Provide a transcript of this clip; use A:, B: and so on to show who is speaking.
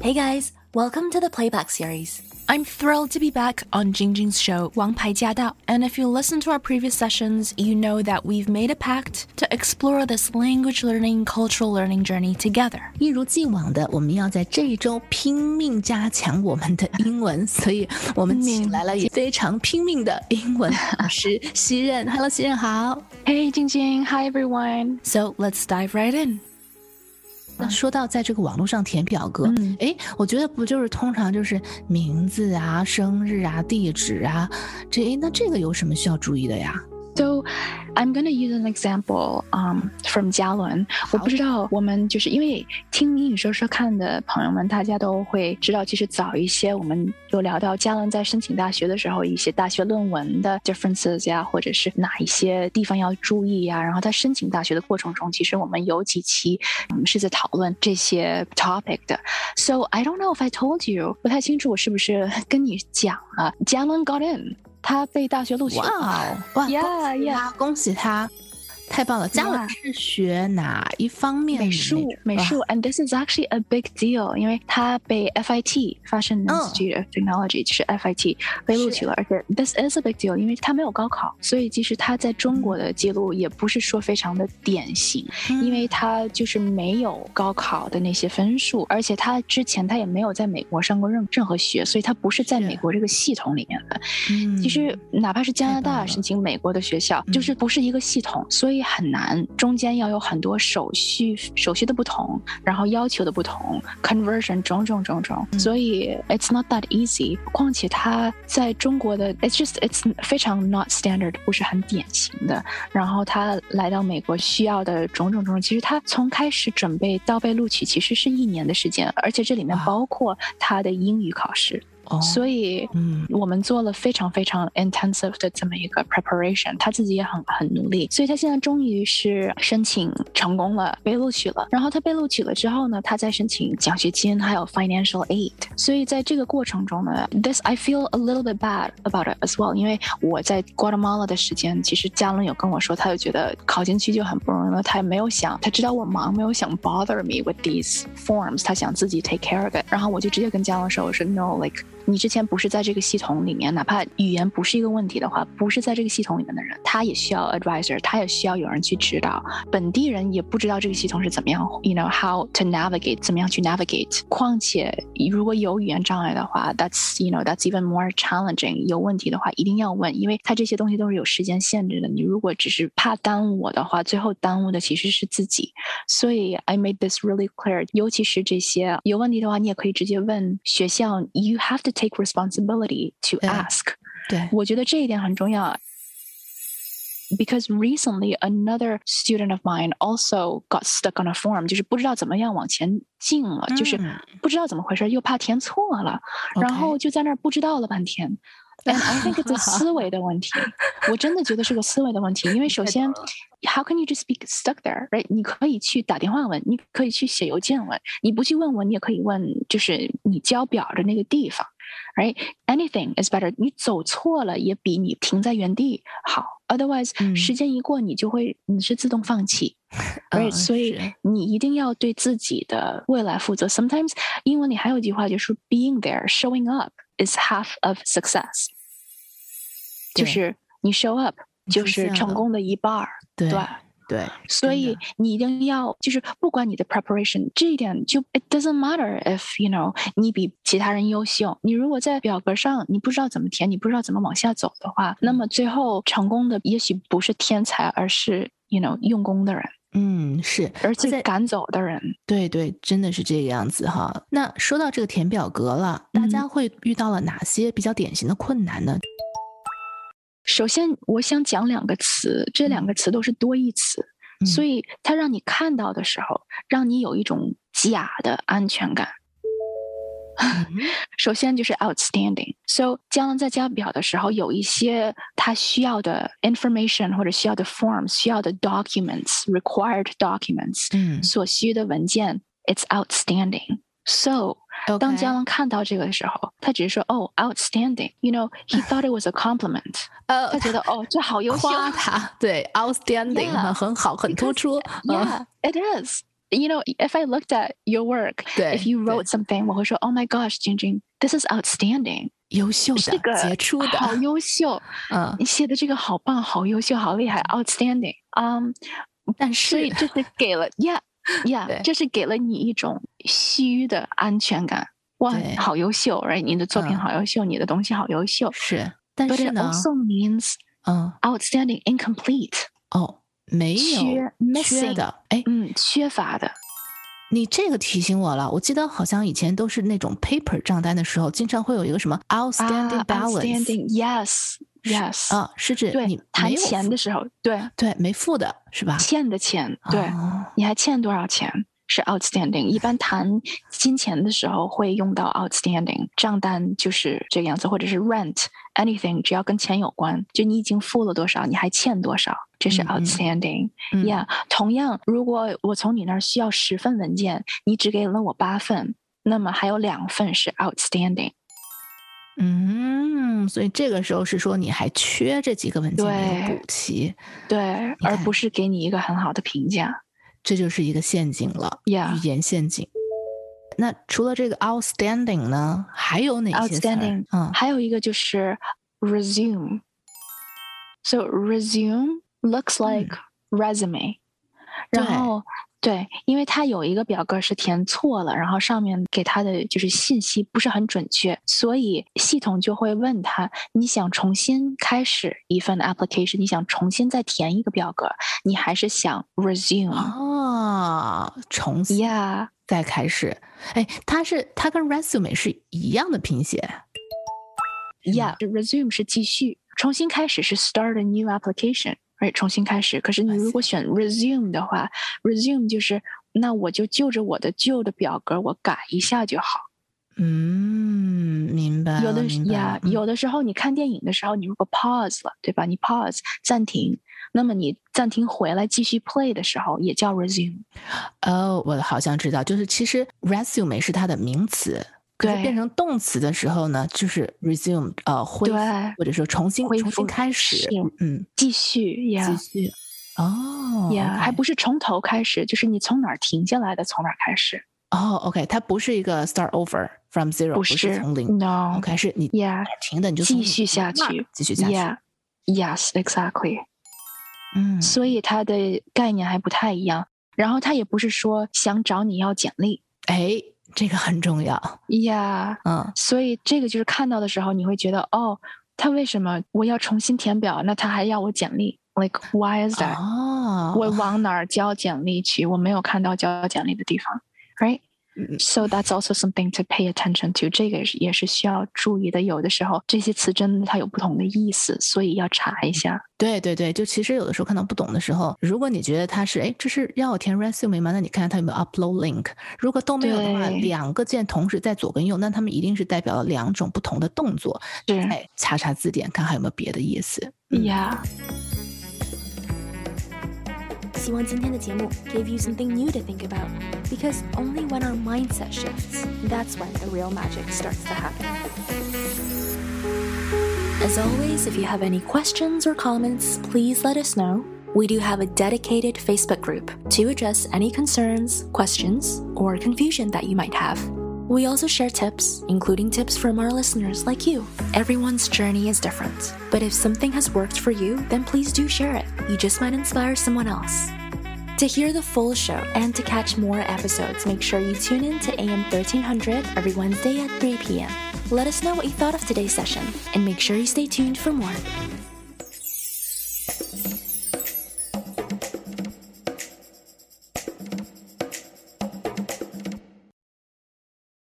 A: Hey guys, welcome to the playback series.
B: I'm thrilled to be back on Jingjing's show, 王牌驾到. And if you listen to our previous sessions, you know that we've made a pact to explore this language learning, cultural learning journey together.
C: 一如既往的，我们要在这一周拼命加强我们的英文，所以我们请来了也非常拼命的英 文老师西任。Hello，西任
D: 嗯
C: 好。
B: Hey, Jingjing. Hi, everyone. So let's dive right in.
C: 那说到在这个网络上填表格，
B: 嗯
C: 哎、我觉得不就是通常就是名字啊、生日啊、地址啊，这诶那这个有什么需要注意的呀？
D: So, I'm gonna use an example um from 嘉伦。我不知道我们就是因为听英语说说看的朋友们，大家都会知道，其实早一些我们有聊到嘉伦在申请大学的时候，一些大学论文的 differences 呀，或者是哪一些地方要注意呀。然后在申请大学的过程中，其实我们有几期我们是在讨论这些 topic 的。So I don't know if I told you，不太清楚我是不是跟你讲了。嘉伦 got in，他被大学录取
C: 哇
D: 了。
C: 哦，哇，恭喜
D: Yeah,
C: 他
D: yeah
C: 恭喜他，太棒了！嘉伦
D: Yeah
C: 是学哪一方面的
D: 美
C: 那种？
D: 术，美
C: 哇
D: 术，and this is actually a big deal，因为他被 FIT Fashion
C: 嗯
D: Institute of Technology，、就是 FIT 被录取了，而且 this is a big deal，因为他没有高考，所以其实他在中国的记录也不是说非常的典型，
C: 嗯
D: 因为他就是没有高考的那些分数，而且他之前他也没有在美国上过任任何学，所以他不是在
C: 是
D: 美国这个系统里面的。
C: 嗯
D: 其实哪怕是加拿
C: 太棒了
D: 大申请美国的学校
C: 嗯，
D: 就是不是一个系统，所以很难，中间要有很多手续，手续的不同，然后要求的不同，conversion 种种种种，
C: 嗯
D: 所以 it's not that easy。况且它在中国的 it's just it's 非常 not standard，不是很典型的。然后他来到美国需要的种种种种，其实他从开始准备到被录取，其实是一年的时间，而且这里面
C: 哇
D: 包括他的英语考试，
C: 哦，
D: 所以。
C: 嗯，
D: 我们做了非常非常 intensive 的这么一个 preparation，他自己也很很努力，所以他现在终于是申请成功了，被录取了。然后他被录取了之后呢，他再申请奖学金还有 financial aid。所以在这个过程中呢，this I feel a little bit bad about it as well，因为我在 Guatemala 的时间，其实嘉伦有跟我说，他就觉得考进去就很不容易了，他也没有想，他知道我忙，没有想 bother me with these forms，他想自己 take care of it。然后我就直接跟嘉伦说，我说 no，like 你之前不是在这个系统里面，哪怕语言不是一个问题的话，不是在这个系统里面的人，他也需要 advisor，他也需要有人去指导。本地人也不知道这个系统是怎么样，you know how to navigate，怎么样去 navigate。况且如果有语言障碍的话，that's you know that's even more challenging。有问题的话一定要问，因为它这些东西都是有时间限制的。你如果只是怕耽误我的话，最后耽误的其实是自己。所以 I made this really clear，尤其是这些有问题的话，你也可以直接问学校。You have to take responsibility to
C: 对
D: ask。
C: 对，
D: 我觉得这一点很重要。Because recently another student of mine also got stuck on a form，就是不知道怎么样往前进了，就是
C: 嗯
D: 不知道怎么回事，又怕填错了，然
C: OK
D: 后就在那儿不知道了半 天。And I think it's a 思维的问题，我真的觉得是个思维的问题。 因为首先，How can you just be stuck there？Right？你可以去打电话问，你可以去写邮件问，你不去问我，你也可以问，就是你交表的那个地方，Right？Anything is better。你走错了也比你停在原地好。Otherwise，、
C: 嗯
D: 时间一过，你就会你是自动放弃。
C: 嗯
D: Right，、所以
C: 是
D: 你一定要对自己的未来负责。Sometimes 英文里还有一句话就是 “being there, showing up is half of success”，
C: 对
D: 就是你 show up
C: 你
D: 就
C: 出
D: 是
C: 现
D: 成
C: 了
D: 功的一半儿。
C: 对
D: 对
C: 对，
D: 所
C: 真的
D: 以你一定要就是不管你的 preparation 这一点就 it doesn't matter if you know 你比其他人优秀，你如果在表格上你不知道怎么填，你不知道怎么往下走的话，
C: 嗯
D: 那么最后成功的也许不是天才，而是 you know 用功的人，
C: 嗯是，
D: 而
C: 他在
D: 且赶走的人。
C: 对对，真的是这个样子哈。那说到这个填表格了，大
D: 嗯
C: 家会遇到了哪些比较典型的困难呢？
D: 首先，我想讲两个词，这两个词都是多义词，
C: 嗯
D: 所以它让你看到的时候，让你有一种假的安全感。嗯
C: 嗯
D: 首先就是 outstanding。So，将来在加表的时候，有一些他需要的 information 或者需要的 form、需要的 documents、required documents
C: 嗯
D: 所需的文件，it's outstanding。So，
C: ，OK，
D: 当江龙看到这个的时候，他只是说：“哦，outstanding，you know，he thought it was a compliment。”
C: 呃
D: 他觉得哦，这好优秀。
C: 夸他，对 outstanding，
D: Yeah
C: 很好，很突出，嗯
D: Yeah, it is. you know, if I looked at your work,
C: 对
D: if you
C: 对
D: wrote something，我会说，Oh my gosh，晶晶，this is outstanding，
C: 优秀的
D: 这、个
C: 杰出的，
D: 好优秀，
C: 嗯，
D: 你写的这个好棒，好优秀，好厉害，outstanding。嗯，
C: 但
D: 所以
C: 是
D: 这是给了 ，yeah
C: 对
D: yeah，这是给了你一种虚的安全感。哇
C: 对，
D: 好优秀，right？你的作品
C: 嗯
D: 好优秀，你的东西好优秀。
C: 是，但
D: But
C: 是
D: it
C: 呢，
D: also means
C: 嗯，
D: outstanding, incomplete，
C: 哦，没
D: 缺
C: 有缺
D: missing
C: 的，哎，
D: 嗯，缺乏的。
C: 你这个提醒我了，我记得好像以前都是那种 paper 账单的时候，经常会有一个什么 outstanding
D: 啊
C: balance，
D: outstanding, yes, yes，
C: 啊，是指
D: 对
C: 你，没
D: 谈
C: 有啊
D: 钱
C: 付
D: 的时候，对，
C: 对没付的是吧？
D: 欠的钱，对、
C: 哦
D: 你还欠多少钱是 outstanding。一般谈金钱的时候会用到 outstanding，账单就是这个样子，或者是 rent anything，只要跟钱有关，就你已经付了多少，你还欠多少，这是
C: 嗯嗯
D: outstanding。
C: 嗯
D: Yeah，同样，如果我从你那儿需要十份文件，你只给了我八份，那么还有两份是 outstanding。
C: 嗯，所以这个时候是说你还缺这几个文件没有
D: 对
C: 补齐，
D: 对，而
C: 看
D: 不是给你一个很好的评价。
C: 这就是一个陷阱了，
D: Yeah
C: 语言陷阱。那除了这个 outstanding 呢，还有哪些词儿
D: Outstanding
C: 嗯
D: 还有一个就是 resume。So resume looks like resume，、然
C: 嗯对
D: 后对，因为它有一个表格是填错了，然后上面给他的就是信息不是很准确，所以系统就会问他：你想重新开始一份 application，你想重新再填一个表格，你还是想 resume？、
C: 啊，重新
D: Yeah，
C: 再开始。哎，它是它跟 resume 是一样的拼写，是吗
D: Yeah, resume 是继续，重新开始是 start a new application，right？重新开始。可是你
C: I
D: 如果选 resume 的话，resume 就是那我就就着我的旧的表格，我改一下就好。
C: 嗯，明白了。
D: 有的时
C: 明白
D: 呀
C: 了嗯
D: 有的时候你看电影的时候，你如果 pause 了，对吧？你 pause 暂停，那么你暂停回来继续 play 的时候也叫 resume。
C: 哦，我好像知道，就是其实 resume 是它的名词，可是
D: 对
C: 变成动词的时候呢，就是 resume 呃恢复
D: 对
C: 或者说重新
D: 恢
C: 重新
D: 复
C: 开始
D: 是，
C: 嗯，
D: 继续
C: 继
D: 呀
C: 续。哦
D: 呀，还
C: OK
D: 不是从头开始，就是你从哪儿停下来的，从哪儿开始，
C: 哦，OK，它不是一个 start over from zero，不
D: 是
C: 从零
D: ？No，
C: ，OK，是你
D: 呀。
C: 停的，你就
D: 继
C: 从
D: 续
C: 你
D: 下
C: 那儿
D: 去
C: 继续下去，
D: Yeah, yes, exactly.
C: 嗯，
D: 所以它的概念还不太一样。然后他也不是说想找你要简历
C: 哎，这个很重要，
D: ，Yeah。
C: 嗯，
D: 所以这个就是看到的时候，你会觉得哦，他为什么我要重新填表？那他还要我简历？Like why is that？、
C: 哦，
D: 我往哪儿交简历去？我没有看到交简历的地方，right？
C: 嗯
D: So that's also something to pay attention to，这个也是也是需要注意的。有的时候这些词真的它有不同的意思，所以要查一下。
C: 对对对，就其实有的时候看到不懂的时候，如果你觉得它是哎，这是要我填 resume 吗？那你看看它有没有 upload link。如果都没有的话，
D: 对
C: 两个键同时在左跟右，那他们一定是代表了两种不同的动作。
D: 是
C: 哎，查查字典，看看有没有别的意思。嗯
D: Yeah.
A: 希望今天的节目 gave you something new to think about, because only when our mindset shifts, that's when the real magic starts to happen. As always, if you have any questions or comments, please let us know. We do have a dedicated Facebook group to address any concerns, questions, or confusion that you might have. We also share tips, including tips from our listeners like you. Everyone's journey is different, but if something has worked for you, then please do share it. You just might inspire someone else. To hear the full show and to catch more episodes, make sure you tune in to AM 1300 every Wednesday at 3 p.m. Let us know what you thought of today's session, and make sure you stay tuned for more.